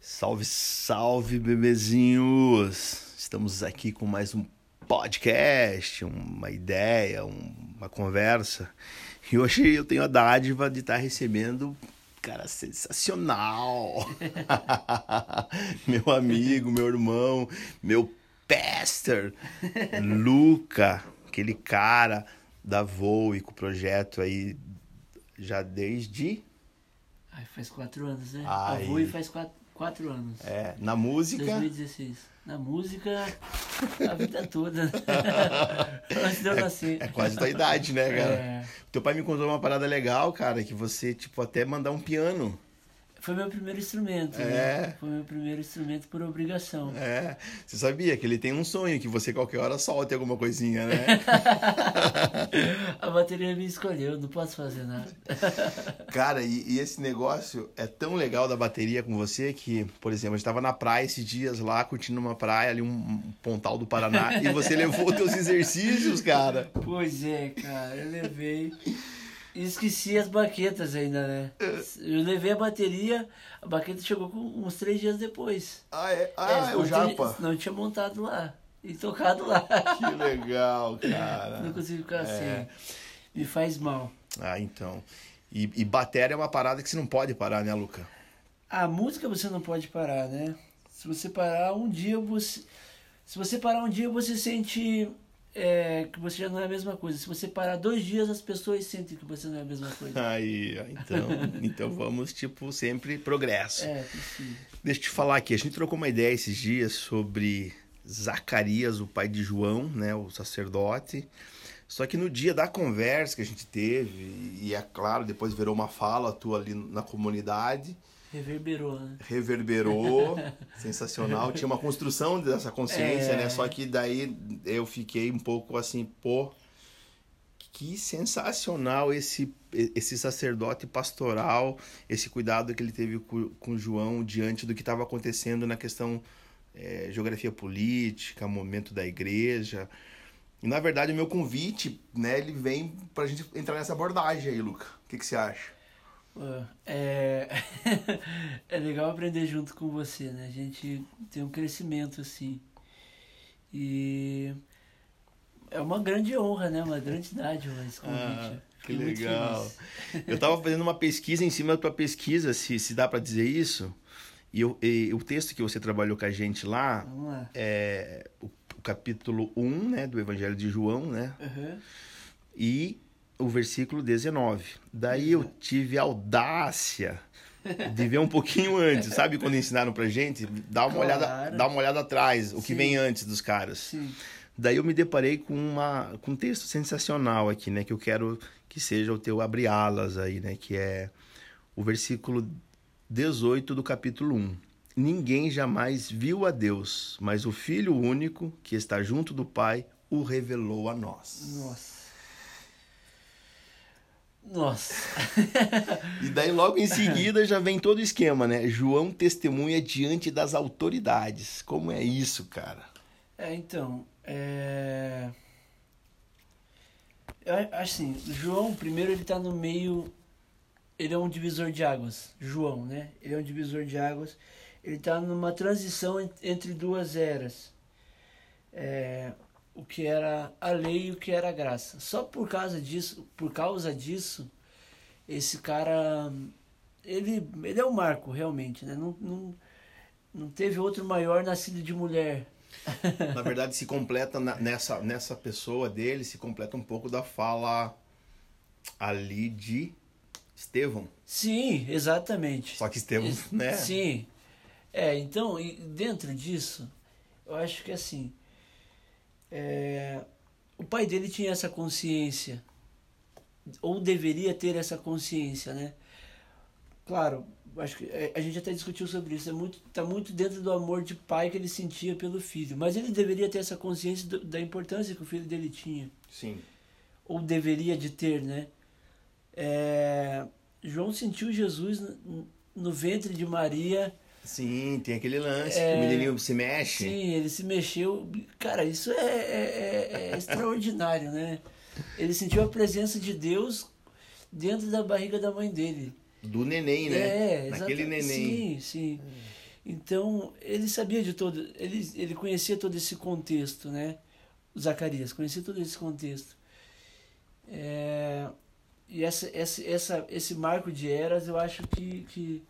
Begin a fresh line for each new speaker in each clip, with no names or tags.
Salve, salve, bebezinhos! Estamos aqui com mais um podcast, uma ideia, um- uma conversa. E hoje eu tenho a dádiva de estar recebendo um cara sensacional. meu amigo, meu irmão, meu pastor, Luca, aquele cara da Voe com o projeto aí já desde
Ai, faz quatro anos, né?
Ai.
A Vui faz quatro, quatro anos.
é, na música.
2016. Na música, a vida toda. Antes de eu nascer.
É quase tua idade, né, cara?
É.
Teu pai me contou uma parada legal, cara, que você, tipo, até mandar um piano.
Foi meu primeiro instrumento,
É.
né? Foi meu primeiro instrumento por obrigação.
É. Você sabia que ele tem um sonho que você qualquer hora solte alguma coisinha, né?
A bateria me escolheu, não posso fazer nada.
Cara, e, e esse negócio é tão legal da bateria com você que, por exemplo, a gente tava na praia esses dias lá, curtindo uma praia ali, um, um pontal do Paraná, e você levou os teus exercícios, cara.
Pois é, cara, eu levei. E esqueci as baquetas ainda, né? Eu levei a bateria, a baqueta chegou com uns três dias depois.
Ah, é, ah, é,
não
o
tinha-
Japa.
Não tinha montado lá e tocado lá.
Que legal, cara.
Não consigo ficar
Tá. É.
assim. Me faz mal.
Ah, então. E, e bateria é uma parada que você não pode parar, né, Luca?
A música você não pode parar, né? Se você parar um dia, você. Se você parar um dia, você sente é, que você já não é a mesma coisa. Se você parar dois dias, as pessoas sentem que você não é a mesma coisa.
Aí, ó, então, então vamos, tipo, sempre progresso.
É, preciso.
Deixa eu te falar aqui, a gente trocou uma ideia esses dias sobre Zacarias, o pai de João, né, o sacerdote. Só que no dia da conversa que a gente teve, e é claro, depois virou uma fala tua ali na comunidade,
Reverberou, né?
reverberou, sensacional. Tinha uma construção dessa consciência,
É.
né? Só que daí eu fiquei um pouco assim, pô, que sensacional esse esse sacerdote pastoral, esse cuidado que ele teve com, com João diante do que estava acontecendo na questão eh, geografia política, momento da igreja. E na verdade o meu convite, né, ele vem pra gente entrar nessa abordagem aí, Luca. O que que você acha?
Pô, É... é legal aprender junto com você, né? A gente tem um crescimento assim. E é uma grande honra, né? Uma grande dádiva esse convite.
Ah, que
Fiquei muito
legal.
feliz.
Eu tava fazendo uma pesquisa em cima da tua pesquisa, se, se dá pra dizer isso. E, eu- e o texto que você trabalhou com a gente lá
Vamos lá.
é o, o capítulo 1, né, do Evangelho de João, né?
Aham.
E o versículo 19. Daí eu tive a audácia de ver um pouquinho antes, sabe quando ensinaram pra gente? Dá uma olhada,
Claro.
dá uma olhada atrás, o que
Sim.
vem antes dos caras.
Sim.
Daí eu me deparei com, uma, com um texto sensacional aqui, né? Que eu quero que seja o teu abre-alas aí, né? Que é o versículo 18 do capítulo 1. Ninguém jamais viu a Deus, mas o Filho único, que está junto do Pai, o revelou a nós.
Nossa. Nossa.
E daí logo em seguida já vem todo o esquema, né? João testemunha diante das autoridades. Como é isso, cara?
É, então, é... Eu a- Assim, João, primeiro, ele tá no meio... Ele é um divisor de águas, João, né? Ele é um divisor de águas. Ele tá numa transição en- entre duas eras. É, O que era a lei e o que era a graça. Só por causa disso, por causa disso, esse cara... Ele, ele é o marco, realmente, né? Não, não, não teve outro maior nascido de mulher,
Na verdade, se completa na- nessa, nessa pessoa dele, se completa um pouco da fala ali de Estevão.
Sim, exatamente.
Só que Estevão,
Ex-
né?
Sim. É, então, e dentro disso, eu acho que assim, é, o pai dele tinha essa consciência, ou deveria ter essa consciência, né? Claro, acho que é, a gente até discutiu sobre isso, é muito, tá muito dentro do amor de pai que ele sentia pelo filho, mas ele deveria ter essa consciência do- da importância que o filho dele tinha
Sim.
ou deveria de ter, né? É, João sentiu Jesus no, no ventre de Maria.
Sim, tem aquele lance
É.
que o menininho se mexe.
Sim, ele se mexeu. Cara, isso é, é- é- é extraordinário, né? Ele sentiu a presença de Deus dentro da barriga da mãe dele.
Do neném, né?
É,
Naquele
exata-
neném.
Sim, sim. Então, ele sabia de todo, ele, ele conhecia todo esse contexto, né? O Zacarias conhecia todo esse contexto. É, e essa, essa, essa, esse marco de eras, eu acho que, que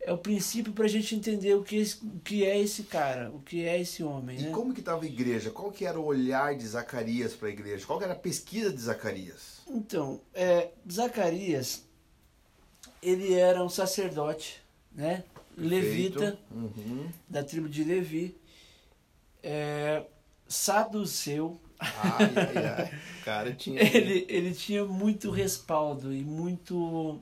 é o princípio para a gente entender o que, esse- o que é esse cara, o que é esse homem,
E
né?
como que estava a igreja? Qual que era o olhar de Zacarias para a igreja? Qual que era a pesquisa de Zacarias?
Então, é, Zacarias, ele era um sacerdote, né? Levita,
Feito. Uhum.
da tribo de Levi, é, saduceu,
Ai, ai, ai. O cara tinha...
ele, ele tinha muito respaldo e muito,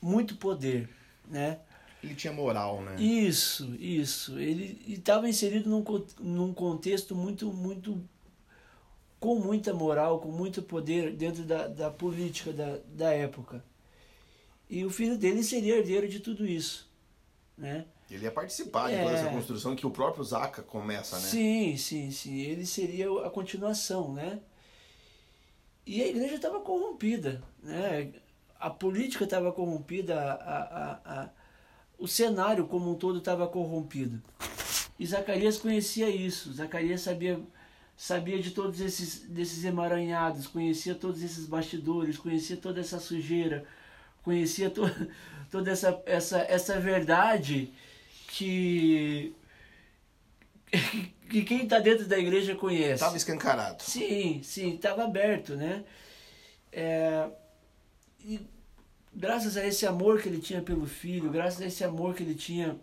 muito poder, né?
Ele tinha moral, né?
Isso, isso. Ele estava inserido num, con- num contexto muito, muito. com muita moral, com muito poder dentro da, da política da, da época. E o filho dele seria herdeiro de tudo isso. Né?
Ele ia participar de toda
É.
essa construção que o próprio Zaca começa, né?
Sim, sim, sim. Ele seria o- a continuação, né? E a igreja estava corrompida, né? A política estava corrompida, a, a, a, a- o cenário como um todo estava corrompido. E Zacarias conhecia isso. Zacarias sabia sabia de todos esses desses emaranhados, conhecia todos esses bastidores, conhecia toda essa sujeira, conhecia to, toda essa, essa essa verdade que que quem está dentro da igreja conhece.
Estava escancarado.
Sim, sim, estava aberto, né? É, e graças a esse amor que ele tinha pelo filho, graças a esse amor que ele tinha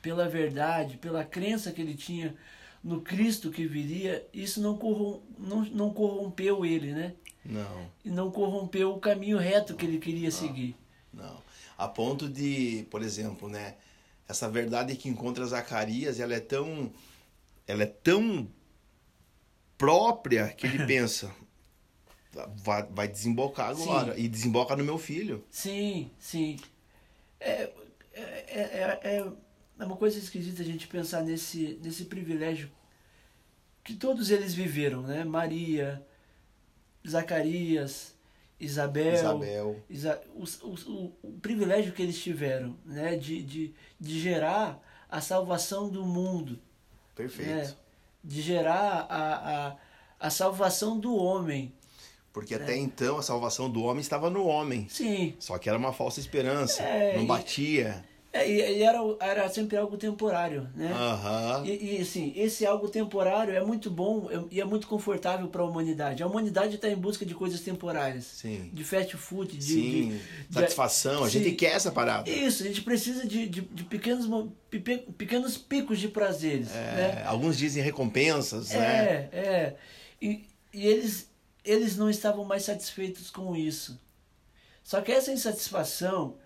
pela verdade, pela crença que ele tinha no Cristo que viria, isso não, corrom não, não corrompeu ele, né?
Não.
E não corrompeu o caminho reto que ele queria seguir.
Não. A ponto de, por exemplo, né, essa verdade que encontra Zacarias, ela é tão ela é tão própria que ele pensa vai, vai desembocar agora e desemboca no meu filho.
Sim, sim. É, é, é, é, é uma coisa esquisita a gente pensar nesse, nesse privilégio que todos eles viveram, né? Maria, Zacarias, Isabel.
Isabel.
Isa- o, o- o- o privilégio que eles tiveram, né? De, de, de gerar a salvação do mundo,
Perfeito.
né? De gerar a, a, a salvação do homem. É.
Porque até então a salvação do homem estava no homem.
Sim,
Só que era uma falsa esperança,
É,
não
e-
batia.
É, e, e era, o- era sempre algo temporário,
Ah,
né?
Aham.
E, e, assim, esse algo temporário é muito bom é- e é muito confortável para a humanidade. A humanidade está em busca de coisas temporárias.
Sim.
De fast food, de.
Sim,
de-
satisfação, a
Sim.
gente quer essa parada.
Isso, a gente precisa de, de, de pequenos, mo- pe- pequenos picos de prazeres.
É,
né?
Alguns dizem recompensas, né?
É, é. E, e eles, eles não estavam mais satisfeitos com isso. Só que essa insatisfação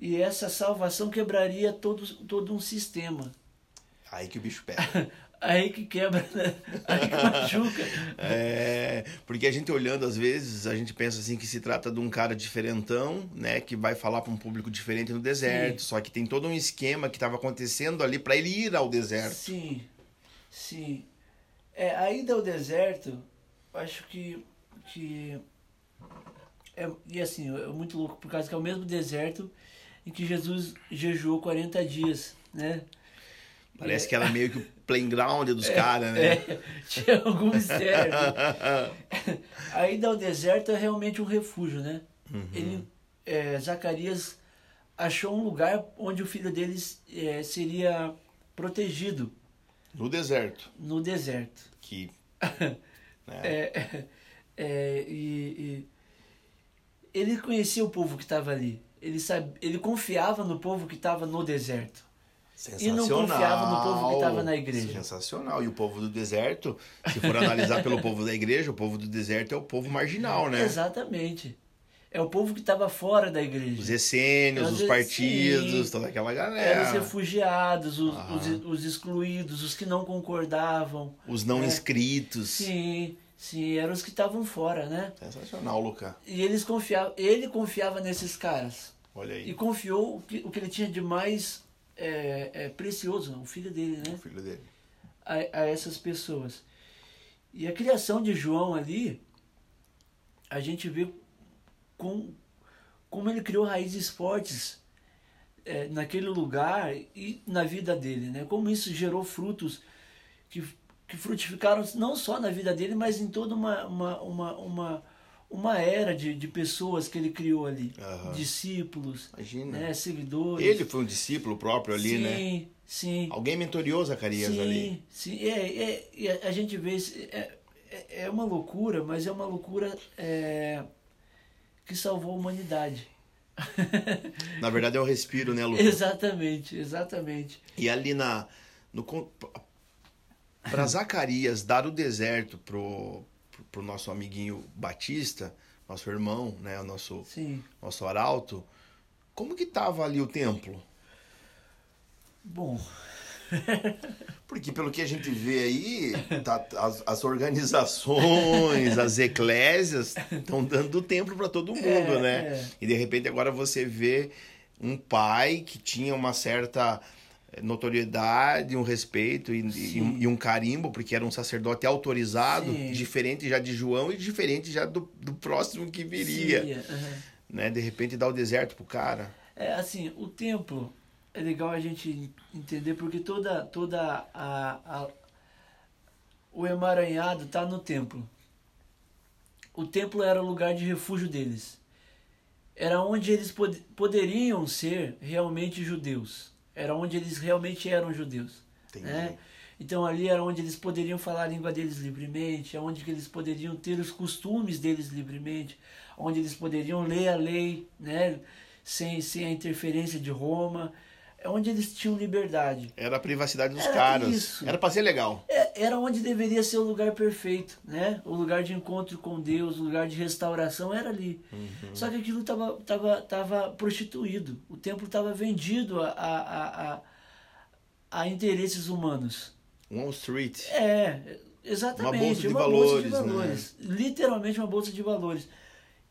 e essa salvação quebraria todo, todo um sistema.
Aí que o bicho pega.
Aí que quebra, né? Aí que machuca.
É, porque a gente olhando às vezes, a gente pensa assim que se trata de um cara diferentão, né, que vai falar para um público diferente no deserto, só que tem todo um esquema que estava acontecendo ali para ele ir ao deserto.
Sim, sim. É, a ida ao deserto, acho que. que é, e assim, é muito louco, por causa que é o mesmo deserto em que Jesus jejuou 40 dias, né?
Parece que era meio que o playground dos caras, né?
É, tinha algum mistério. é. A ida ao deserto é realmente um refúgio, né? Ele, é, Zacarias achou um lugar onde o filho deles é, seria protegido
No deserto,
no deserto.
que né,
É, é, e, e ele conhecia o povo que estava ali. Ele, sabe, ele confiava no povo que estava no deserto. e não confiava no povo que estava na igreja.
Sensacional. E o povo do deserto, se for analisar pelo povo da igreja, o povo do deserto é o povo marginal, né?
Exatamente. É o povo que estava fora da
Os
igreja.
essênios,
Mas
os
esse-
partidos, toda aquela
Eram
galera.
os refugiados, os,
É. Aham.
os, os excluídos, os que não concordavam.
Os não
É.
inscritos.
Sim, sim, eram os que estavam fora, né?
Sensacional, Luca.
E eles confiavam, ele confiava nesses caras.
Olha aí.
E confiou o que, o que ele tinha de mais é, é, precioso, o filho dele, né?
O filho dele.
a, a essas pessoas. E a criação de João ali, a gente vê com, como ele criou raízes fortes é, naquele lugar e na vida dele, né? Como isso gerou frutos que, que frutificaram não só na vida dele, mas em toda uma, uma, uma, uma, uma era de, de pessoas que ele criou ali.
Aham.
Discípulos,
Imagina.
né? seguidores.
Ele foi um discípulo próprio ali,
sim,
né?
Sim,
Alguém mentoriou Zacarias
sim,
ali.
sim. É, é, e a- a gente vê... esse- É, é- é uma loucura, mas é uma loucura é, que salvou a humanidade.
Na verdade é o respiro, né, Lu?
Exatamente, exatamente.
E ali na no para Zacarias dar o deserto pro pro nosso amiguinho Batista, nosso irmão, né, o nosso
Sim.
nosso arauto, como que tava ali o templo?
Bom,
Porque pelo que a gente vê aí, tá- as, as organizações, as eclésias estão dando templo para todo mundo,
É,
né?
é.
E de repente agora você vê um pai que tinha uma certa eh, notoriedade, um respeito e, e- e um, e um carimbo, porque era um sacerdote autorizado,
Sim.
diferente já de João e diferente já do, do próximo que viria,
seria, aham.
né? De repente dá o deserto pro cara.
É assim, o templo é legal a gente entender porque toda toda a, a- o emaranhado tá no templo. O templo era o lugar de refúgio deles. Era onde eles pod- poderiam ser realmente judeus. Era onde eles realmente eram judeus.
Entendi.
né? Então ali era onde eles poderiam falar a língua deles livremente, é onde que eles poderiam ter os costumes deles livremente, onde eles poderiam ler a lei, né, sem, sem a interferência de Roma, é onde eles tinham liberdade.
Era a privacidade dos
Era
caras.
isso.
Era pra ser legal.
É, Era onde deveria ser o lugar perfeito, né? O lugar de encontro com Deus, o lugar de restauração era ali.
Uhum.
Só que aquilo estava tava, tava prostituído, o templo estava vendido a, a, a, a, a interesses humanos.
Wall Street.
É, exatamente.
Uma bolsa de valores, né?
Literalmente uma bolsa de valores.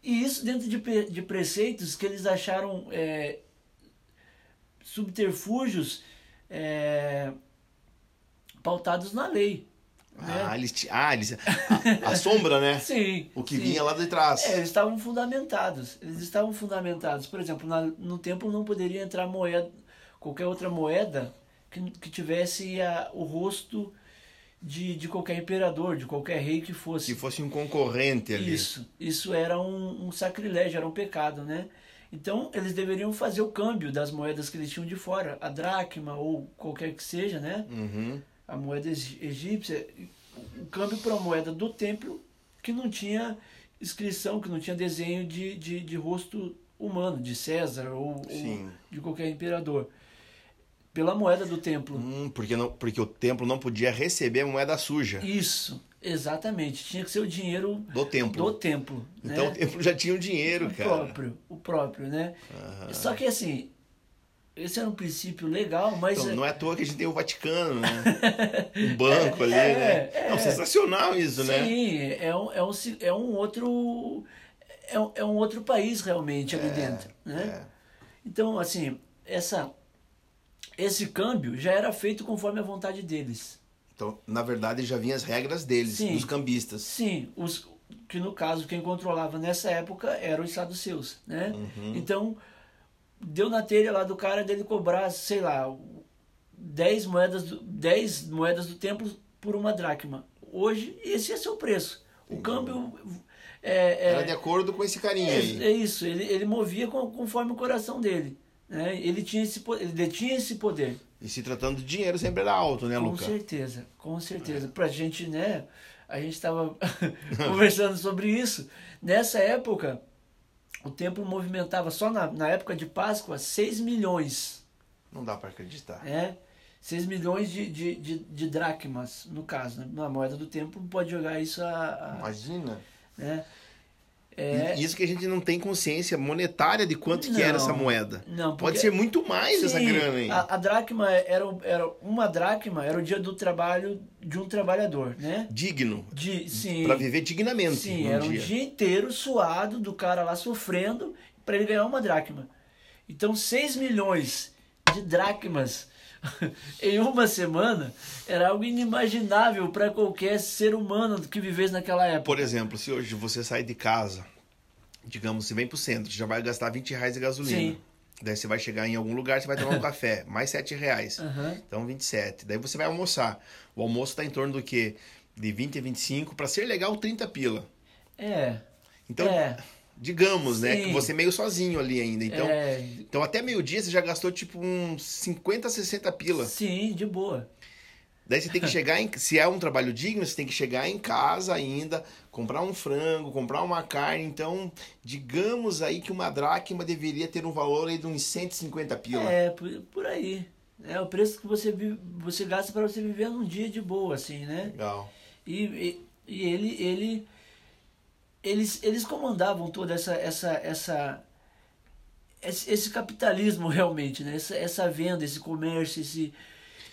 E isso dentro de, pre- de preceitos que eles acharam é, subterfúgios é, pautados na lei. Né?
Ah, eles, ti- ah, eles a, a sombra, né?
Sim.
O que
sim.
vinha lá de trás.
É, eles estavam fundamentados. Eles estavam fundamentados. Por exemplo, na- no templo não poderia entrar moeda, qualquer outra moeda que, que tivesse a- o rosto de, de qualquer imperador, de qualquer rei que
Se
fosse.
fosse um concorrente ali.
Isso, isso era um, um sacrilégio, era um pecado, né? Então eles deveriam fazer o câmbio das moedas que eles tinham de fora, a dracma ou qualquer que seja, né?
Uhum.
a moeda egi- egípcia, o câmbio para a moeda do templo, que não tinha inscrição, que não tinha desenho de, de, de rosto humano, de César ou, ou
Sim.
de qualquer imperador. Pela moeda do templo.
Hum, porque, não, porque o templo não podia receber moeda suja
Isso, exatamente. Tinha que ser o dinheiro
do templo.
do templo. né?
Então o templo já tinha o dinheiro,
o
cara.
próprio, o próprio, né? Só que assim, esse era um princípio legal, mas.
Então, não é à toa que a gente tem o Vaticano, né? Um banco ali,
é,
né?
é.
Não, sensacional isso, né?
Sim, é um, é um, ci- é um outro. É um, é um outro país realmente ali dentro. Né? Então, assim, essa, esse câmbio já era feito conforme a vontade deles.
Então, na verdade, já vinha as regras deles,
Sim.
dos cambistas.
Sim, os, que no caso quem controlava nessa época eram os saduceus, né? Então, deu na telha lá do cara dele cobrar, sei lá, 10 moedas do, 10 moedas do templo por uma dracma. Hoje, esse ia ser o preço. O câmbio é, é,
Era de acordo com esse carinha
é,
aí.
é isso, ele, ele movia com- conforme o coração dele. Né? Ele, tinha esse, po- ele detinha esse poder.
E se tratando de dinheiro, sempre era alto, né,
Com
Luca? É.
certeza, com certeza. Pra gente, né? A gente estava conversando sobre isso. Nessa época, o templo movimentava só na, na época de Páscoa 6 milhões,
Não dá pra acreditar.
né? 6 milhões de, de, de, de dracmas, no caso, né? na moeda do templo, pode jogar isso a. a
Imagina.
né? É,
E Isso que a gente não tem consciência monetária de quanto que era
Não.
essa moeda.
não,
Pode
porque-
ser muito mais É essa
Sim,
grana aí.
A, a dracma era, o- era uma dracma, era o dia do trabalho de um trabalhador, né?
Digno.
De, sim,
Pra viver dignamente
Sim,
num
era um
dia.
dia inteiro suado do cara lá sofrendo para ele ganhar uma dracma. Então, 6 milhões de dracmas em uma semana era algo inimaginável para qualquer ser humano que vivesse naquela época.
Por exemplo, se hoje você sai de casa, digamos, você vem pro centro, já vai gastar 20 reais de gasolina.
Sim.
Daí você vai chegar em algum lugar, você vai tomar um café, mais 7 reais.
Aham.
Então 27. Daí você vai almoçar. O almoço tá em torno do quê? De 20 a 25. Pra ser legal, 30 pila.
É.
Então,
é,
digamos, né?
Sim.
Que você é meio sozinho ali ainda. Então,
é,
então até meio-dia você já gastou tipo uns 50, 60 pila.
Sim, de boa.
Daí você tem que chegar em. Se é um trabalho digno, você tem que chegar em casa ainda, comprar um frango, comprar uma carne. Então, digamos aí que uma dracma deveria ter um valor aí de uns 150 pila.
É, por, por aí. É o preço que você, vi- você gasta para você viver num dia de boa, assim, né?
Legal.
E, e, e ele, ele, eles, eles comandavam toda essa, essa, essa, esse, esse capitalismo realmente, né? Essa, essa venda, esse comércio, esse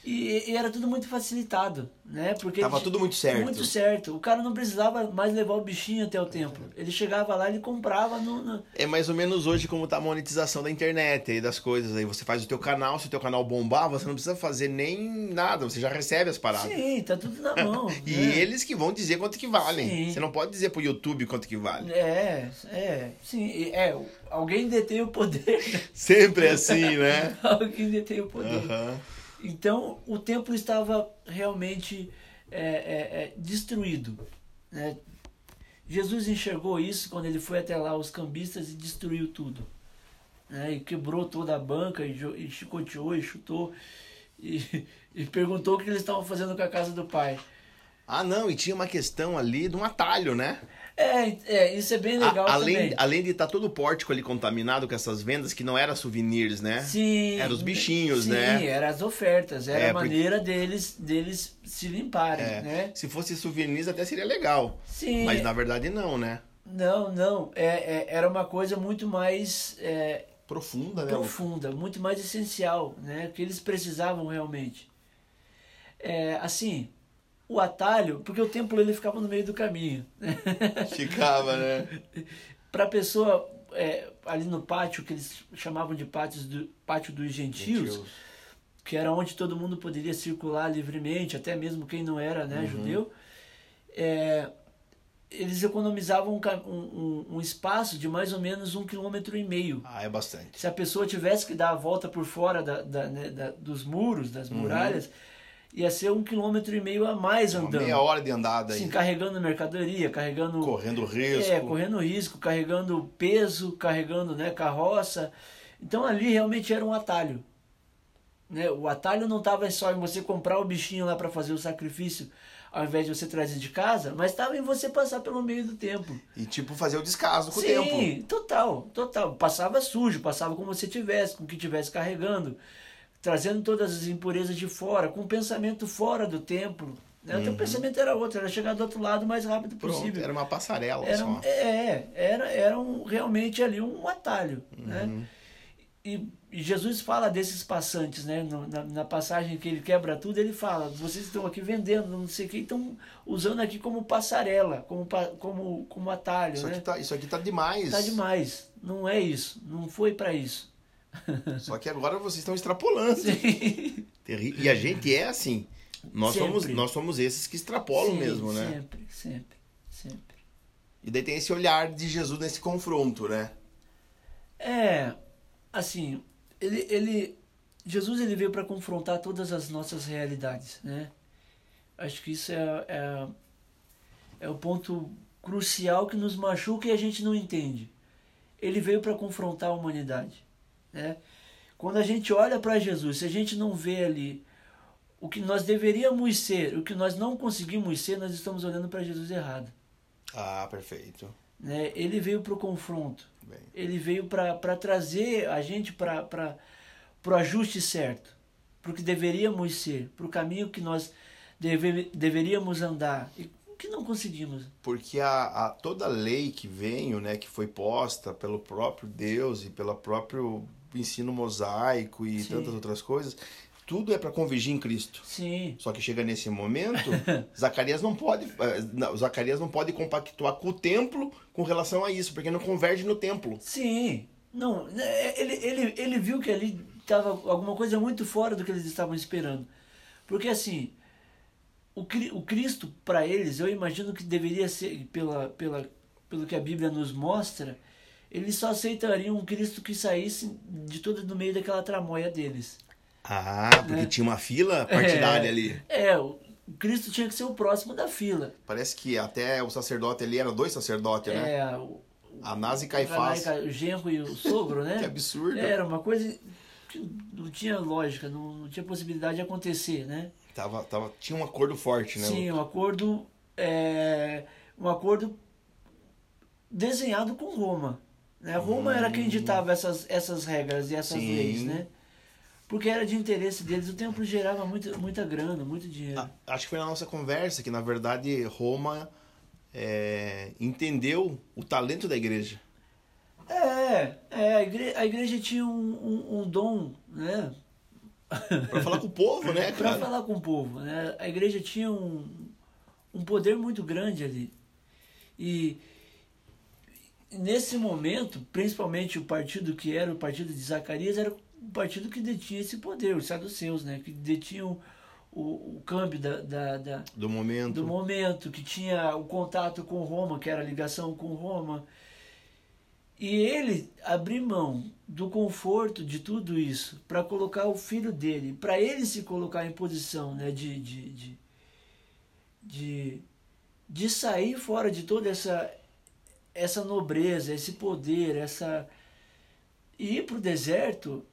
e, e era tudo muito facilitado, né? Porque
Tava
ele-
tudo muito certo.
muito certo. O cara não precisava mais levar o bichinho até o templo. Ele chegava lá, ele comprava no, no-
É mais ou menos hoje como tá a monetização da internet aí das coisas aí. Você faz o teu canal, se o teu canal bombar, você não precisa fazer nem nada, você já recebe as paradas.
Sim, tá tudo na mão.
E
né?
eles que vão dizer quanto que valem.
Sim.
Você não pode dizer pro YouTube quanto que vale.
É, é, sim, e- é, o- alguém detém o poder, né?
Sempre é assim, né?
alguém detém o poder.
Aham.
Então, o templo estava realmente é, é, é, destruído, né? Jesus enxergou isso quando ele foi até lá, os cambistas, e destruiu tudo, né? E quebrou toda a banca, e, jo- e chicoteou, e chutou, e, e perguntou o que eles estavam fazendo com a casa do pai.
Ah, não, e tinha uma questão ali de um atalho, né?
É, é isso é bem legal
A- além,
também.
além de estar todo o pórtico ali contaminado com essas vendas, que não era souvenirs, né?
Sim.
Era os bichinhos,
Sim,
né?
eram as ofertas, era
É,
a
porque-
maneira deles, deles se limparem,
É,
né?
Se fosse souvenirs até seria legal.
Sim.
Mas na verdade não, né?
Não, não. É, é- era uma coisa muito mais é,
Profunda, né?
profunda, muito mais essencial, né? Que eles precisavam realmente. É, assim, o atalho, porque o templo ele ficava no meio do caminho, né?
Ficava, né?
Para a pessoa é, ali no pátio que eles chamavam de pátios do, pátio dos gentios, que era onde todo mundo poderia circular livremente, até mesmo quem não era
Uhum.
né, judeu, é, eles economizavam um, ca- um- um- um espaço de mais ou menos um quilômetro e meio.
Ah, é bastante.
Se a pessoa tivesse que dar a volta por fora da- da- né, da- dos muros,
Uhum.
das muralhas, ia ser um quilômetro e meio a mais
Uma
andando.
meia hora de andada aí.
Assim, carregando mercadoria, carregando
Correndo risco.
é, correndo risco, carregando peso, carregando né, carroça. Então ali realmente era um atalho. Né? O atalho não estava só em você comprar o bichinho lá para fazer o sacrifício, ao invés de você trazer de casa, mas estava em você passar pelo meio do templo.
E tipo, fazer o descaso com o tempo.
Sim, total, total. Passava sujo, passava como você tivesse, com o que tivesse carregando, trazendo todas as impurezas de fora, com o pensamento fora do templo. Né? O teu pensamento era outro, era chegar do outro lado o mais rápido
Uhum. Pronto,
possível
era uma passarela
era,
só.
É, era, era um, realmente ali um atalho,
Uhum.
né? E, e Jesus fala desses passantes, né? No- na, na passagem que ele quebra tudo, ele fala, vocês estão aqui vendendo, não sei o que, estão usando aqui como passarela, como, pa- como, como atalho,
Isso, aqui
né?
tá, isso aqui tá demais.
Tá demais, não é isso, não foi para isso.
Só que agora vocês estão extrapolando.
Sim.
Terri- E a gente é assim. Nós
Sempre.
somos, nós somos esses que extrapolam
Sim,
mesmo, né?
Sempre, sempre, sempre.
E daí tem esse olhar de Jesus nesse confronto, né?
É, assim, ele, ele Jesus ele veio para confrontar todas as nossas realidades, né? Acho que isso é, é, é o ponto crucial que nos machuca e a gente não entende. Ele veio para confrontar a humanidade, né? Quando a gente olha para Jesus, se a gente não vê ali o que nós deveríamos ser, o que nós não conseguimos ser, nós estamos olhando para Jesus errado,
Ah, perfeito.
né? Ele veio para o confronto
Bem,
ele veio para trazer a gente para o ajuste certo, para o que deveríamos ser, para o caminho que nós deve, deveríamos andar, e que não conseguimos.
porque a, a- toda lei que veio, né, que foi posta pelo próprio Deus e pelo próprio ensino mosaico e
Sim.
tantas outras coisas, tudo é para convergir em Cristo.
Sim,
Só que chega nesse momento, Zacarias não pode, eh, não, Zacarias não pode compactuar com o templo com relação a isso, porque não converge no templo.
sim. Não, né, ele, ele, ele viu que ali estava alguma coisa muito fora do que eles estavam esperando. Porque assim, o, Cri- o Cristo, para eles, eu imagino que deveria ser, pela, pela, pelo que a Bíblia nos mostra, eles só aceitariam um Cristo que saísse de todo do meio daquela tramóia deles.
Ah, porque tinha uma fila partidária
Né? É.
ali.
É, o Cristo tinha que ser o próximo da fila.
Parece que até o sacerdote ali eram dois sacerdotes, né?
É, o,
Anás e
Caifás,
Caifás.
o genro e o sogro, né?
Que absurdo.
Era uma coisa que não tinha lógica, não, não tinha possibilidade de acontecer, né?
Tava, tava, tinha um acordo forte, né?
Sim, um acordo, é, um acordo desenhado com Roma. Né? Roma era quem ditava essas, essas regras e essas
Sim.
leis, né? Porque era de interesse deles. O templo gerava muito, muita grana, muito dinheiro.
A- Acho que foi na nossa conversa que, na verdade, Roma é, entendeu o talento da igreja.
É, é a, igre- a igreja tinha um, um, um dom, né?
Pra falar com o povo, né,
É, Pra
cara?
falar com o povo, né? A igreja tinha um, um poder muito grande ali. E nesse momento, principalmente o partido que era o partido de Zacarias, era o partido que detinha esse poder, os saduceus, né? Que detinham o, o câmbio da- da- da,
Do momento.
do momento, que tinha o contato com Roma, que era a ligação com Roma. E ele abrir mão do conforto de tudo isso para colocar o filho dele, para ele se colocar em posição né, de, de, de, de, de sair fora de toda essa, essa nobreza, esse poder, essa. E ir para o deserto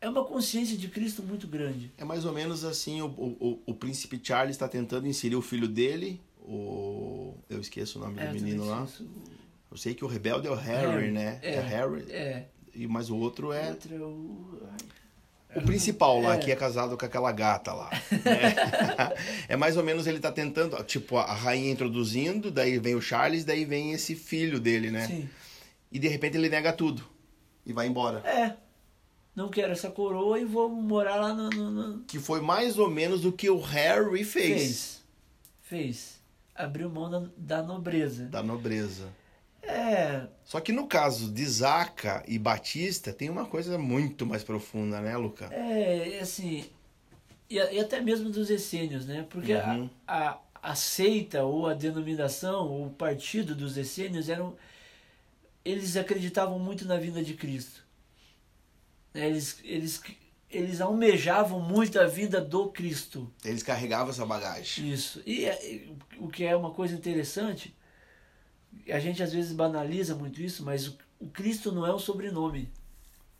é uma consciência de Cristo muito grande.
É mais ou menos assim, o, o, o- o príncipe Charles está tentando inserir o filho dele, o... Eu esqueço o nome
É,
do
tudo
menino lá.
isso-
Eu sei que o rebelde é o Harry,
Harry,
né? É,
é.
Harry.
É,
E, mas o outro é
Outra, o- ai.
o principal lá,
É.
que é casado com aquela gata lá. né? é mais ou menos ele tá tentando, tipo, a rainha introduzindo, daí vem o Charles, daí vem esse filho dele, né?
Sim.
E de repente ele nega tudo e vai embora.
É. Não quero essa coroa e vou morar lá no. no- no-
Que foi mais ou menos o que o Harry fez,
Fez. Fez. Abriu mão da, da nobreza.
da nobreza.
É.
Só que no caso de Zaca e Batista, tem uma coisa muito mais profunda, né, Luca?
É, e assim. E, a- e até mesmo dos essênios, né? Porque a-
Uhum.
a, a seita ou a denominação ou o partido dos essênios eram. Eles acreditavam muito na vinda de Cristo. Né, Eles, eles, eles almejavam muito a vinda do Cristo.
Eles carregavam essa bagagem.
Isso. E, e, o que é uma coisa interessante, a gente às vezes banaliza muito isso, mas o, o Cristo não é um sobrenome.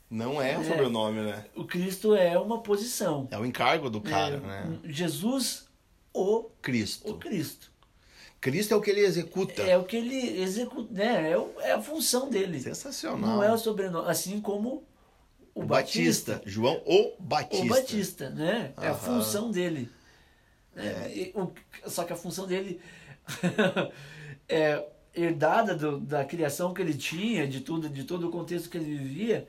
Não é um
É.
sobrenome, né?
O Cristo é uma posição.
É o encargo do cara,
É,
né?
Jesus, o,
Cristo.
o Cristo.
Cristo é o que ele executa.
É o que ele executa, né? É, o- é a função dele.
Sensacional.
Não é o sobrenome, assim como
o
o, Batista.
Batista. João o Batista.
O Batista, né? É a
Aham.
função dele. É, e o- só que a função dele é herdada do- da criação que ele tinha, de tudo, de todo o contexto que ele vivia,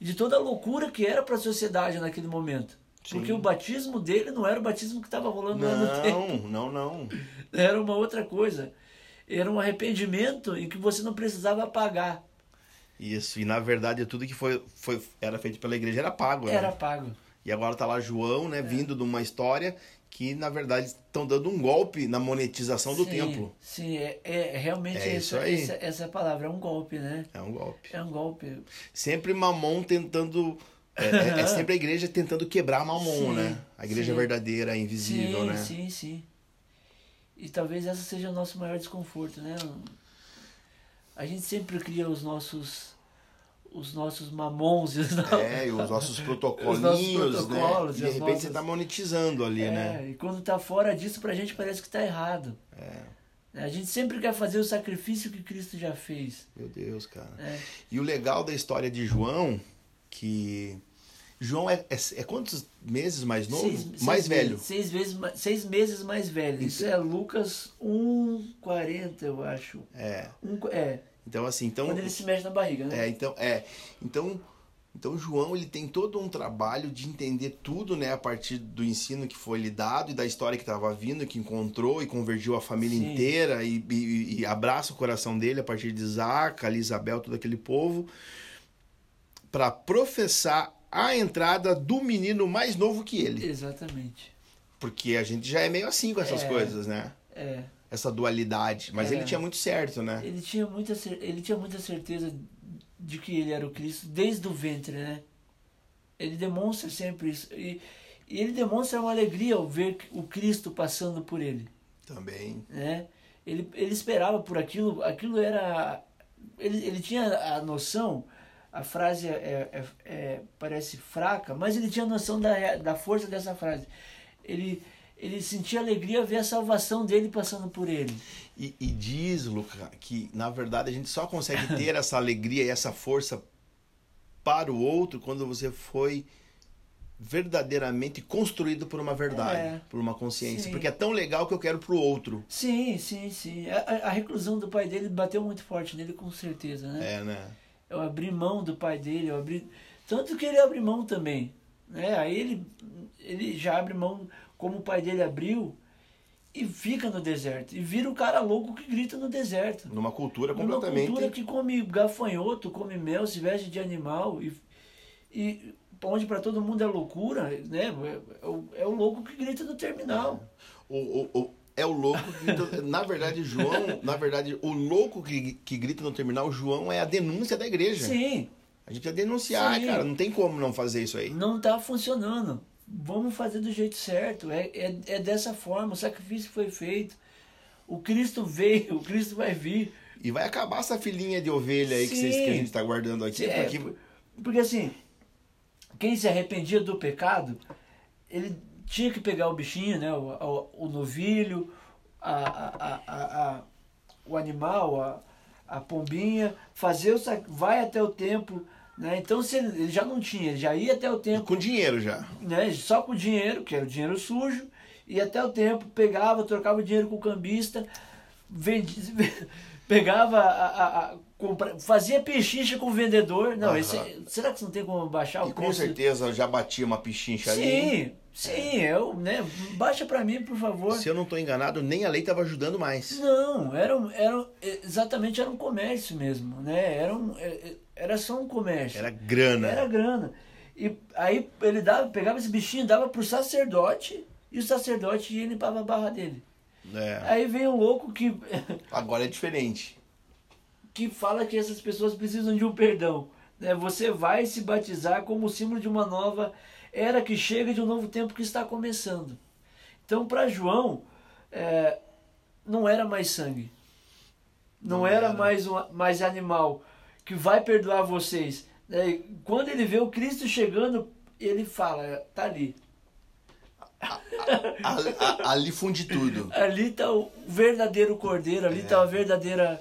e de toda a loucura que era para a sociedade naquele momento.
Sim.
Porque o batismo dele não era o batismo que estava rolando lá no tempo.
Não, não, não.
Era uma outra coisa. Era um arrependimento em que você não precisava pagar.
Isso. E na verdade tudo que foi, foi era feito pela igreja era pago,
Era É.
né?
pago.
E agora tá lá João, né, vindo de uma história que na verdade estão dando um golpe na monetização do
Sim,
templo.
Sim, é, é realmente
É isso
essa,
aí.
essa, essa palavra é um golpe, né?
É um golpe.
É um golpe.
Sempre Mamon tentando é, é- é sempre a igreja tentando quebrar Mamon,
Sim,
né? A igreja
sim.
verdadeira, invisível,
sim,
né?
sim, sim. E talvez essa seja o nosso maior desconforto, né? A gente sempre cria os nossos os nossos mamons, e os no-
É, e os nossos protocolinhos,
protocolos,
né? E
as
de repente você
nossas-
tá monetizando ali,
É,
né?
E quando tá fora disso, pra gente parece que tá errado.
É.
A gente sempre quer fazer o sacrifício que Cristo já fez.
Meu Deus, cara.
É.
E o legal da história de João, que. João é, é- é quantos meses mais novo?
Seis- seis
mais
meses-
velho.
seis, vezes, ma- seis meses mais velho. Isso é Lucas 1,40, eu acho.
É.
Um qu- é,
Então, assim, então.
quando ele se mexe na barriga, né?
É, então, é. Então. Então, João, ele tem todo um trabalho de entender tudo, né, a partir do ensino que foi lhe dado e da história que estava vindo, que encontrou e convergiu a família
Sim.
inteira e, e- e abraça o coração dele a partir de Isaac, ali, Isabel, todo aquele povo, para professar a entrada do menino mais novo que ele.
Exatamente.
Porque a gente já é meio assim com essas
É.
coisas, né?
É,
essa dualidade. Mas
É.
ele tinha muito certo, né?
Ele tinha, muita, cer- ele tinha muita certeza de que ele era o Cristo desde o ventre, né? Ele demonstra sempre isso. E, e ele demonstra uma alegria ao ver o Cristo passando por ele,
Também.
né? Ele, ele esperava por aquilo, aquilo era... Ele, ele tinha a noção, a frase é, é- é- parece fraca, mas ele tinha noção da, rea- da força dessa frase. Ele, ele sentia alegria ao ver a salvação dele passando por ele.
E, e diz, Luca, que na verdade a gente só consegue ter essa alegria e essa força para o outro quando você foi verdadeiramente construído por uma verdade,
É.
por uma consciência.
Sim.
Porque é tão legal que eu quero pro outro.
Sim, sim, sim. A, a- a reclusão do pai dele bateu muito forte nele, com certeza, né?
É, né?
Eu abri mão do pai dele, eu abri... Tanto que ele abre mão também, né? Aí ele, ele já abre mão como o pai dele abriu e fica no deserto. E vira o cara louco que grita no deserto.
Numa cultura
Numa
completamente.
cultura que come gafanhoto, come mel, se veste de animal e... e onde para todo mundo é loucura, né? É, o, é o louco que grita no terminal.
é. O, o- o- é o louco que grita- Na verdade, João, na verdade, o louco que, que grita no terminal, João, é a denúncia da igreja.
Sim.
A gente precisa denunciar,
Sim.
cara. Não tem como não fazer isso aí.
não tá funcionando. Vamos fazer do jeito certo. É, é, é dessa forma. O sacrifício foi feito. O Cristo veio, o Cristo vai vir.
E vai acabar essa filhinha de ovelha aí que, vocês,
Sim.
que a gente tá guardando aqui.
É,
porque-
Porque assim, quem se arrependia do pecado, ele tinha que pegar o bichinho, né? O, o, o novilho, a, a, a, a- a- o animal, a, a pombinha, fazer o sac... vai até o templo. Né? Então se ele, ele já não tinha, ele já ia até o templo.
Com dinheiro já.
né, só com o dinheiro, que era o dinheiro sujo, e até o tempo pegava, trocava o dinheiro com o cambista, vendia, pegava, a, a- a- compra- fazia pechincha com o vendedor. Não,
Aham.
esse, será que isso não tem como baixar o
E com
preço?
certeza é. já batia uma pichincha ali.
Sim, sim, eu, né, baixa pra mim, por favor.
Se eu não tô enganado, nem a lei tava ajudando mais.
Não, era, um- era um- exatamente era um comércio mesmo, né? Era, um, é- era só um comércio.
Era grana.
Era grana. E aí ele dava, pegava esse bichinho, dava pro sacerdote, e o sacerdote ia e limpava a barra dele.
É.
Aí vem o louco que,
Agora é diferente.
que fala que essas pessoas precisam de um perdão. Né? Você vai se batizar como símbolo de uma nova era que chega e de um novo tempo que está começando. Então, para João, é, não era mais sangue. Não,
Não
era,
era.
mais, um, mais animal que vai perdoar vocês. né? E Quando ele vê o Cristo chegando, ele fala: tá ali.
Ali, a- ali funde tudo.
Ali está o verdadeiro cordeiro, ali
É.
está a verdadeira,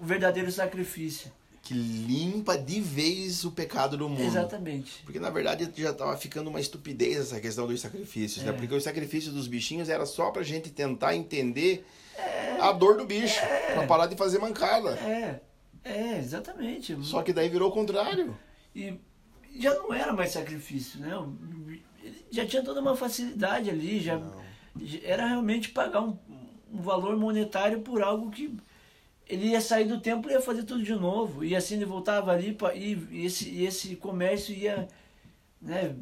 o verdadeiro sacrifício.
Que limpa de vez o pecado do
Uhum.
mundo.
Exatamente.
Porque na verdade já tava ficando uma estupidez essa questão dos sacrifícios, né?
É.
Porque o sacrifício dos bichinhos era só pra gente tentar entender a dor do bicho, pra parar de fazer mancada.
É, é, exatamente.
Só que daí virou o contrário.
E já não era mais sacrifício, né? Ele já tinha toda uma facilidade ali, já já era realmente pagar um, um valor monetário por algo que ele ia sair do templo e ia fazer tudo de novo. E assim ele voltava ali pra- e, e esse, e esse comércio ia né,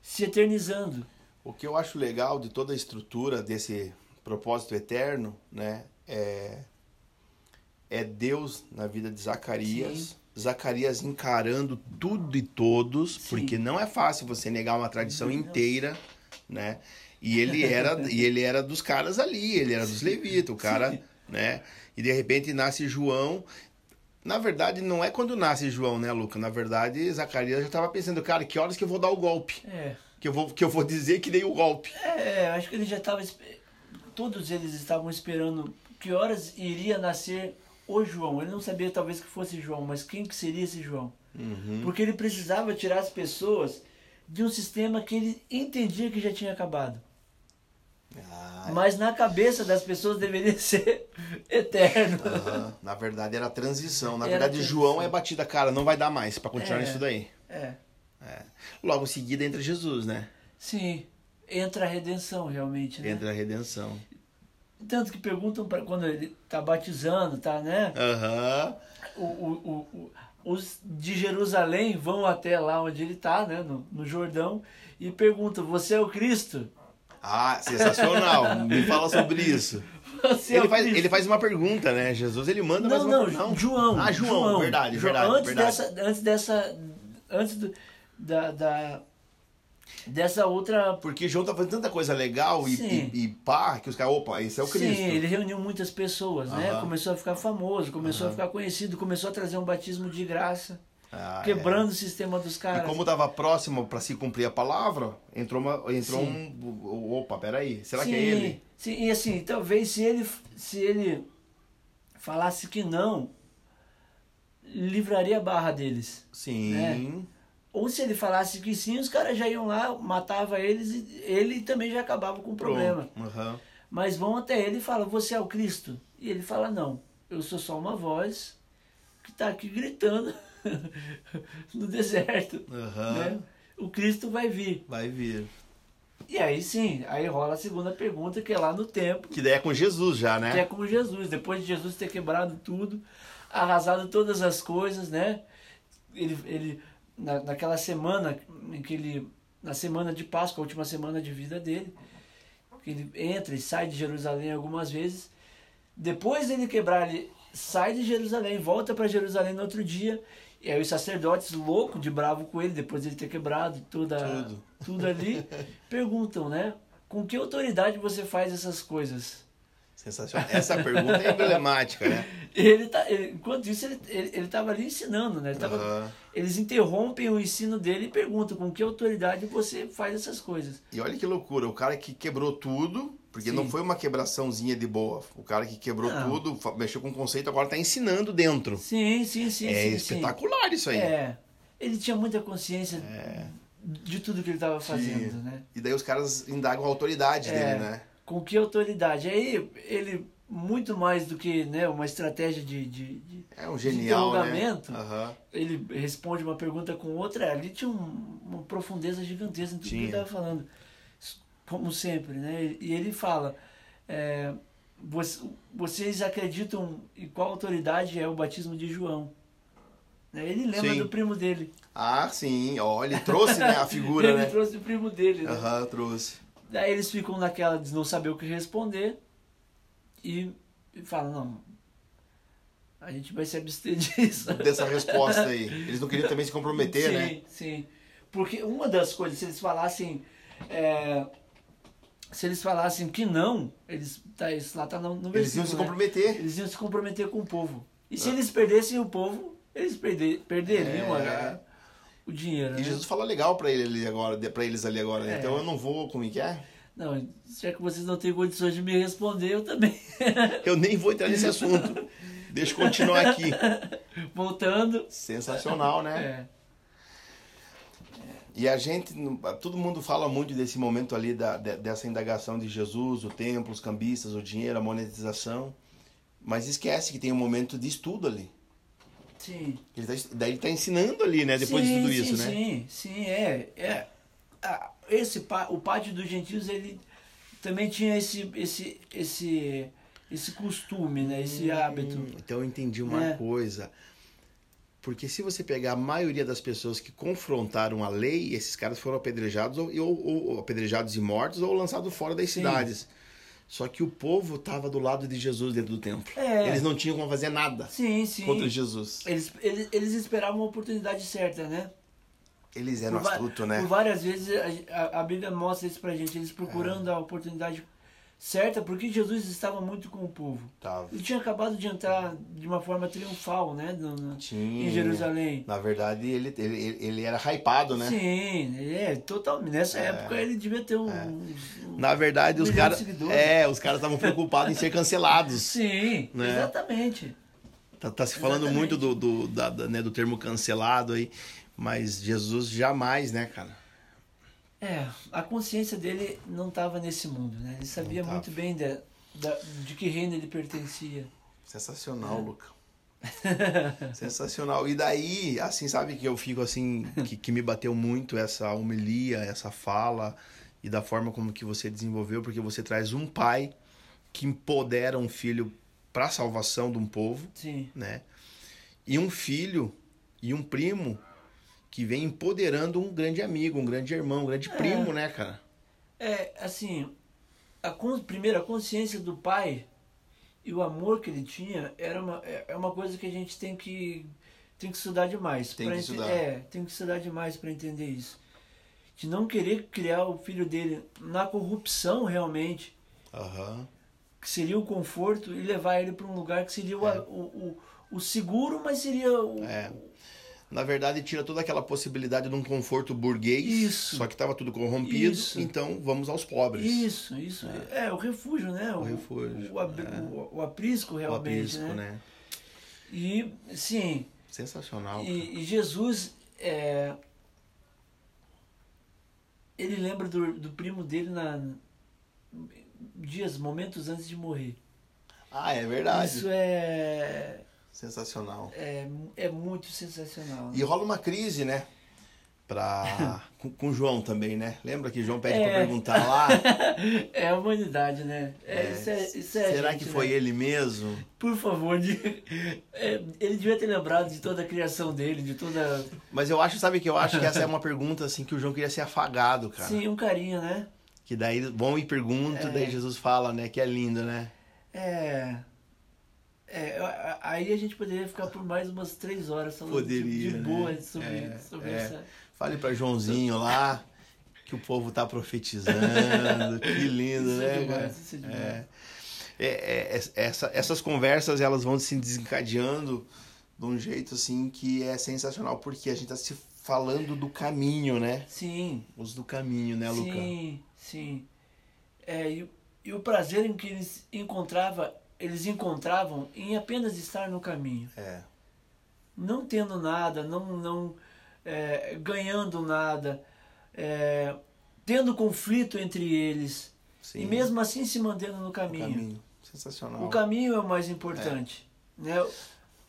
se eternizando.
O que eu acho legal de toda a estrutura desse propósito eterno, né, é é Deus na vida de Zacarias.
Sim.
Zacarias encarando tudo e todos,
Sim.
porque não é fácil você negar uma tradição inteira, né? E ele era e ele era dos caras ali, ele era dos levitas, o cara, né? E de repente nasce João. Na verdade, não é quando nasce João, né, Luca? Na verdade, Zacarias já estava pensando, cara, que horas que eu vou dar o golpe?
É,
Que eu vou, que eu vou dizer que dei o golpe.
é acho que ele já estava. espe- Todos eles estavam esperando que horas iria nascer o João. Ele não sabia, talvez, que fosse João, mas quem que seria esse João?
Uhum.
Porque ele precisava tirar as pessoas de um sistema que ele entendia que já tinha acabado.
Ah,
Mas na cabeça das pessoas deveria ser eterno.
aham. Na verdade, era a transição. Na
Era
verdade,
transição.
João é batida, cara, não vai dar mais pra continuar
É.
isso daí.
É,
Logo em seguida entra Jesus, né?
sim. Entra a redenção, realmente, né?
Entra a redenção.
Tanto que perguntam pra, quando ele tá batizando, tá, né?
Aham.
o, o- o- o- os de Jerusalém vão até lá onde ele está, né, no, no Jordão, e perguntam: Você é o Cristo?
Ah, sensacional. Me fala sobre isso.
você é
Ele
o
faz,
Cristo.
ele faz uma pergunta, né? Jesus, ele manda mais
Não,
uma
não, João.
Ah, João, verdade,
João,
verdade,
Antes
verdade.
dessa. Antes dessa. Antes do, da, da- Dessa outra.
Porque João tá fazendo tanta coisa legal e,
Sim.
e, e pá, que os caras, opa, esse é o Cristo.
Sim, ele reuniu muitas pessoas, né?
Aham.
Começou a ficar famoso, começou a
Aham.
ficar conhecido, começou a trazer um batismo de graça,
Ah, é.
quebrando o sistema dos
E
caras.
como tava próximo pra se cumprir a palavra, entrou, uma, entrou
Sim.
um. Opa, peraí, será
sim,
que é ele?
Sim, e assim, talvez se ele, se ele falasse que não, livraria a barra deles. É,
Sim.
Ou se ele falasse que sim, os caras já iam lá, matava eles e ele também já acabava com o problema.
Pronto. Aham.
Mas vão até ele e falam, você é o Cristo? E ele fala, não, eu sou só uma voz que está aqui gritando no deserto.
Aham.
né? O Cristo vai vir.
Vai vir.
E aí sim, aí rola a segunda pergunta, que é lá no templo,
Que daí é com Jesus já, né?
que é com Jesus. Depois de Jesus ter quebrado tudo, arrasado todas as coisas, né? Ele, ele na, naquela semana em que ele, na semana de Páscoa, a última semana de vida dele, que ele entra e sai de Jerusalém algumas vezes. Depois dele quebrar, ele sai de Jerusalém, volta para Jerusalém no outro dia. E aí os sacerdotes loucos, de bravo com ele, depois de ele ter quebrado toda,
Tudo.
tudo ali, perguntam, né? Com que autoridade você faz essas coisas?
Sensacional. Essa pergunta é emblemática, né?
Ele tá, ele- enquanto isso, ele, ele, ele tava ali ensinando, né? Ele tava-
Aham.
Eles interrompem o ensino dele e perguntam com que autoridade você faz essas coisas.
E olha que loucura, o cara que quebrou tudo, porque
Sim.
não foi uma quebraçãozinha de boa. O cara que quebrou
Não.
tudo, fa- mexeu com o conceito, agora tá ensinando dentro.
Sim, sim, sim.
é
sim, sim.
espetacular isso aí.
É. Ele tinha muita consciência
É.
de tudo que ele estava fazendo,
Tinha.
né?
E daí os caras indagam a autoridade
É.
dele, né?
Com que autoridade? Aí ele, muito mais do que né, uma estratégia de, de- de-
É um genial, né?
Interrogamento.
Aham.
Ele responde uma pergunta com outra, ali tinha um- uma profundeza gigantesca em tudo que ele
Tinha.
estava falando. Como sempre, né? E ele fala: é, "Voc- vocês acreditam em qual autoridade é o batismo de João? Né? Ele lembra
Sim.
do primo dele.
Ah, sim. Ó, ele trouxe, né, a figura,
ele
né?
trouxe o primo dele, né?
Aham, trouxe.
Daí eles ficam naquela de não saber o que responder e, e falam, não, a gente vai se abster disso.
Dessa resposta aí. Eles não queriam também se comprometer,
sim,
né?
Sim, Porque uma das coisas, se eles falassem, é, se eles falassem que não, eles, tá, isso lá tá no, no
Eles iam
versículo,
se
né?
comprometer.
Eles iam se comprometer com o povo. E se eles perdessem o povo, eles perde- perderiam
É.
a- o dinheiro.
E
né?
Jesus fala legal pra ele ali agora, para eles ali agora, né?
É.
Então eu não vou, como é que é?
Não, já que vocês não têm condições de me responder, eu também.
Eu nem vou entrar nesse assunto. Deixa eu continuar aqui.
Voltando.
Sensacional, né?
É.
E a gente, todo mundo fala muito desse momento ali, da, de- dessa indagação de Jesus, o templo, os cambistas, o dinheiro, a monetização. Mas esquece que tem um momento de estudo ali.
Sim.
Ele tá, daí ele tá ensinando ali, né? Depois
Sim,
de tudo
sim,
isso, né?
Sim, sim, é. é. Ah, Esse, pa- o pátio dos gentios, ele também tinha esse, esse, esse, esse costume, né? Esse hábito.
Hum, Então eu entendi uma
É.
coisa. Porque se você pegar a maioria das pessoas que confrontaram a lei, esses caras foram apedrejados ou, ou- ou apedrejados e mortos ou lançados fora das
Sim.
cidades. Só que o povo estava do lado de Jesus dentro do templo.
É.
Eles não tinham como fazer nada
Sim, sim.
contra Jesus.
Eles, eles, eles esperavam a oportunidade certa, né?
Eles eram
va-
astutos, né?
por várias vezes a, a- a Bíblia mostra isso pra gente, eles procurando a oportunidade certa, porque Jesus estava muito com o povo.
Tava.
Ele tinha acabado de entrar de uma forma triunfal, né? no- no-
Tinha.
em Jerusalém.
Na verdade, ele, ele, ele- ele era hypado, né?
Sim, é, totalmente. Nessa
É.
época ele devia ter um. um-
Na verdade,
Um
os
milhão de
caras.
seguidores.
É, os caras estavam preocupados em ser cancelados.
Sim,
Né?
exatamente.
Tá, tá se falando
Exatamente.
muito do, do, da- da, né, do termo cancelado aí, mas Jesus jamais, né, cara?
É, a consciência dele não estava nesse mundo, né? Ele sabia
tava.
muito bem de, da- de que reino ele pertencia.
Sensacional, Luca. Sensacional. E daí, assim, sabe que eu fico assim, que, que me bateu muito essa homilia, essa fala e da forma como que você desenvolveu, porque você traz um pai que empodera um filho para salvação de um povo,
Sim,
né? E um filho e um primo que vem empoderando um grande amigo, um grande irmão, um grande primo, né, cara?
é assim, a con- primeiro, a consciência do pai E o amor que ele tinha era uma, é é uma coisa que a gente tem que, tem que estudar demais.
Tem
pra
que
ente-
estudar.
É, tem que estudar demais para entender isso. De não querer criar o filho dele na corrupção realmente,
Aham.
que seria o conforto, e levar ele para um lugar que seria o,
É.
o, o, o seguro, mas seria o.
É. Na verdade, tira toda aquela possibilidade de um conforto burguês.
Isso.
Só que tava tudo corrompido.
Isso.
Então vamos aos pobres.
Isso, isso. É. o refúgio, né?
O refúgio,
O, abri-
é.
o- o aprisco,
O
realmente.
abismo,
né?
né?
E, sim,
Sensacional. cara.
e, e Jesus, é, ele lembra do, do primo dele na dias, momentos antes de morrer.
Ah, é verdade.
Isso é,
Sensacional.
é, é muito sensacional. né?
E rola uma crise, né? Pra... com, com o João também, né? Lembra que o João pede pra
É.
perguntar lá?
É a humanidade, né? É,
É,
Isso é, isso é a
Será
gente,
que foi
né?
ele mesmo?
Por favor, de- é, ele devia ter lembrado de toda a criação dele, de toda.
Mas eu acho, sabe que eu acho que essa é uma pergunta assim que o João queria ser afagado, cara.
Sim, um carinho, né?
Que daí vão e perguntam,
É.
daí Jesus fala, né? Que é lindo, né?
É. É, a- a- aí a gente poderia ficar por mais umas três horas falando
Poderia,
de, de boa
né?
sobre,
É,
sobre
é.
essa.
Fale pra Joãozinho lá que o povo tá profetizando. que lindo,
Isso é
né?
demais,
cara?
isso é demais.
É. É, é, é, essa- essas conversas elas vão se desencadeando de um jeito assim que é sensacional porque a gente tá se falando do caminho, né?
Sim,
Os do caminho, né, Lucas?
sim, sim. É, e, o- e o prazer em que eles encontrava, eles encontravam em apenas estar no caminho.
É.
não tendo nada, não, não é, ganhando nada, é, tendo conflito entre eles
Sim.
e mesmo assim se mantendo no
o
caminho.
caminho. Sensacional.
O caminho é o mais importante,
É.
né?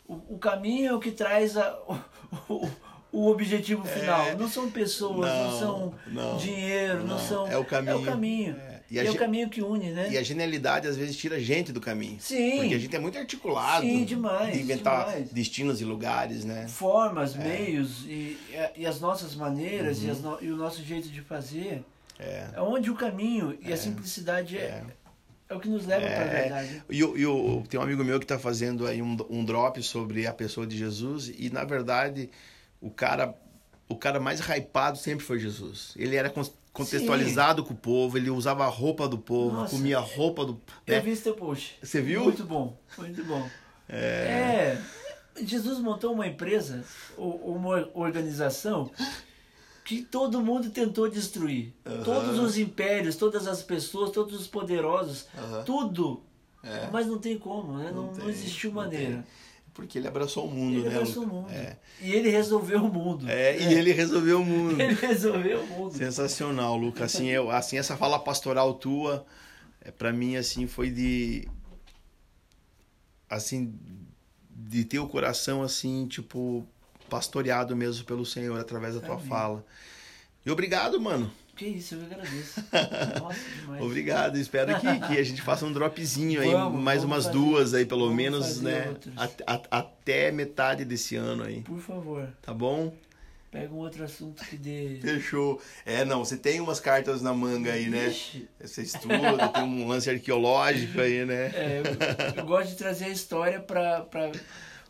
O, o caminho é o que traz a- o, o objetivo final. Não são pessoas, não,
É. Não,
são
não,
dinheiro, não,
não.
são
É o caminho.
É o caminho.
É. E
E
a
é
gen-
o caminho que une, né?
E a genialidade às vezes tira a gente do caminho.
Sim.
Porque a gente é muito articulado.
Sim, demais,
De inventar
demais.
destinos e lugares, né?
formas, meios e, e as nossas maneiras e, as no- e o nosso jeito de fazer
Uhum. É.
é onde o caminho e a simplicidade é, é. o que nos leva
É.
para a verdade.
E, o- e o- tem um amigo meu que tá fazendo aí um, um drop sobre a pessoa de Jesus e na verdade o cara o cara mais hypado sempre foi Jesus. Ele era con- contextualizado com o povo, ele usava a roupa do povo,
Nossa.
comia a roupa do
Eu
né?
vi esse teu post.
Você viu?
Muito bom, muito bom. É. Jesus montou uma empresa, ou uma organização que todo mundo tentou destruir. Todos os impérios, todas as pessoas, todos os poderosos,
Aham.
tudo. Mas não tem como, né? Não, não,
tem,
existiu
não tem.
maneira.
Porque ele abraçou o mundo,
Ele
né?
abraçou o
Luca?
mundo.
É.
E ele resolveu o mundo.
É, e ele resolveu o mundo.
Ele resolveu o mundo.
Sensacional, Luca. Assim, eu, assim essa fala pastoral tua, é, para mim assim foi de assim de ter o coração assim, tipo, pastoreado mesmo pelo Senhor através da tua
Amém.
fala. E obrigado, mano.
Que isso, eu que agradeço. Nossa, demais.
Obrigado. Espero que, que a gente faça um dropzinho aí,
Vamos,
mais
vamos
umas
fazer-
duas aí, pelo
vamos
menos,
fazer
né?
outros.
At- at- até metade desse ano aí.
Por favor,
Tá bom?
pega um outro assunto que dê.
Fechou. É, não, você tem umas cartas na manga aí, né?
Ixi,
Você estuda, tem um lance arqueológico aí, né?
é, eu, eu gosto de trazer a história pra, pra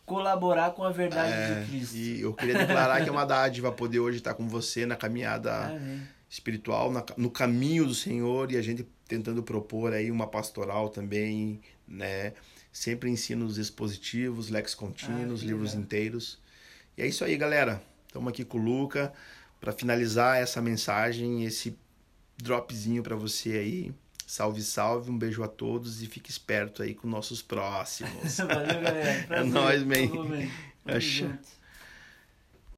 colaborar com a verdade de Cristo.
É, E eu queria declarar que é uma dádiva poder hoje estar com você na caminhada
Amém.
espiritual, na- no caminho do Senhor e a gente tentando propor aí uma pastoral também, né? Sempre ensinos expositivos, lex
Ah,
contínuos,
que
livros
legal.
inteiros. E é isso aí, galera. Estamos aqui com o Luca para finalizar essa mensagem, esse dropzinho para você aí. Salve, salve, um beijo a todos e fique esperto aí com nossos próximos.
Valeu, galera. Prazer.
É nóis, man.
Falou, man. Tamo
Acha.
junto.